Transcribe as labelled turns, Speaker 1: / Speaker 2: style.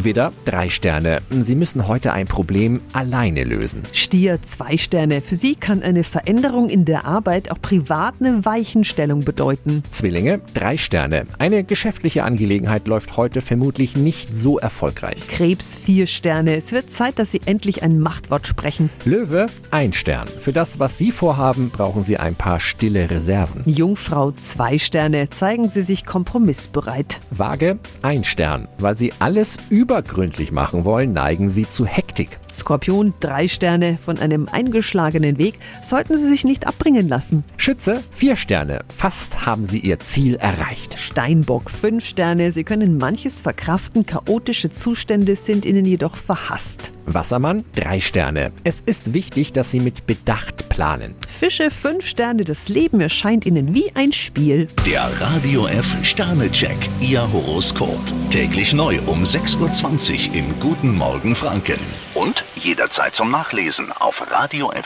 Speaker 1: Widder, drei Sterne. Sie müssen heute ein Problem alleine lösen.
Speaker 2: Stier, zwei Sterne. Für Sie kann eine Veränderung in der Arbeit auch privat eine Weichenstellung bedeuten.
Speaker 1: Zwillinge, drei Sterne. Eine geschäftliche Angelegenheit läuft heute vermutlich nicht so erfolgreich.
Speaker 2: Krebs, vier Sterne. Es wird Zeit, dass Sie endlich ein Machtwort sprechen.
Speaker 1: Löwe, ein Stern. Für das, was Sie vorhaben, brauchen Sie ein paar stille Reserven.
Speaker 2: Jungfrau, zwei Sterne. Zeigen Sie sich kompromissbereit.
Speaker 1: Waage, ein Stern. Weil Sie alles übergründlich machen wollen, neigen Sie zu Hektik.
Speaker 2: Skorpion, drei Sterne. Von einem eingeschlagenen Weg sollten Sie sich nicht abbringen lassen.
Speaker 1: Schütze, vier Sterne. Fast haben Sie Ihr Ziel erreicht.
Speaker 2: Steinbock, fünf Sterne. Sie können manches verkraften. Chaotische Zustände sind Ihnen jedoch verhasst.
Speaker 1: Wassermann, drei Sterne. Es ist wichtig, dass Sie mit Bedacht planen.
Speaker 2: Fische, fünf Sterne. Das Leben erscheint Ihnen wie ein Spiel.
Speaker 3: Der Radio F Sternecheck, Ihr Horoskop. Täglich neu um 6.20 Uhr im Guten Morgen Franken. Und jederzeit zum Nachlesen auf radiof.de.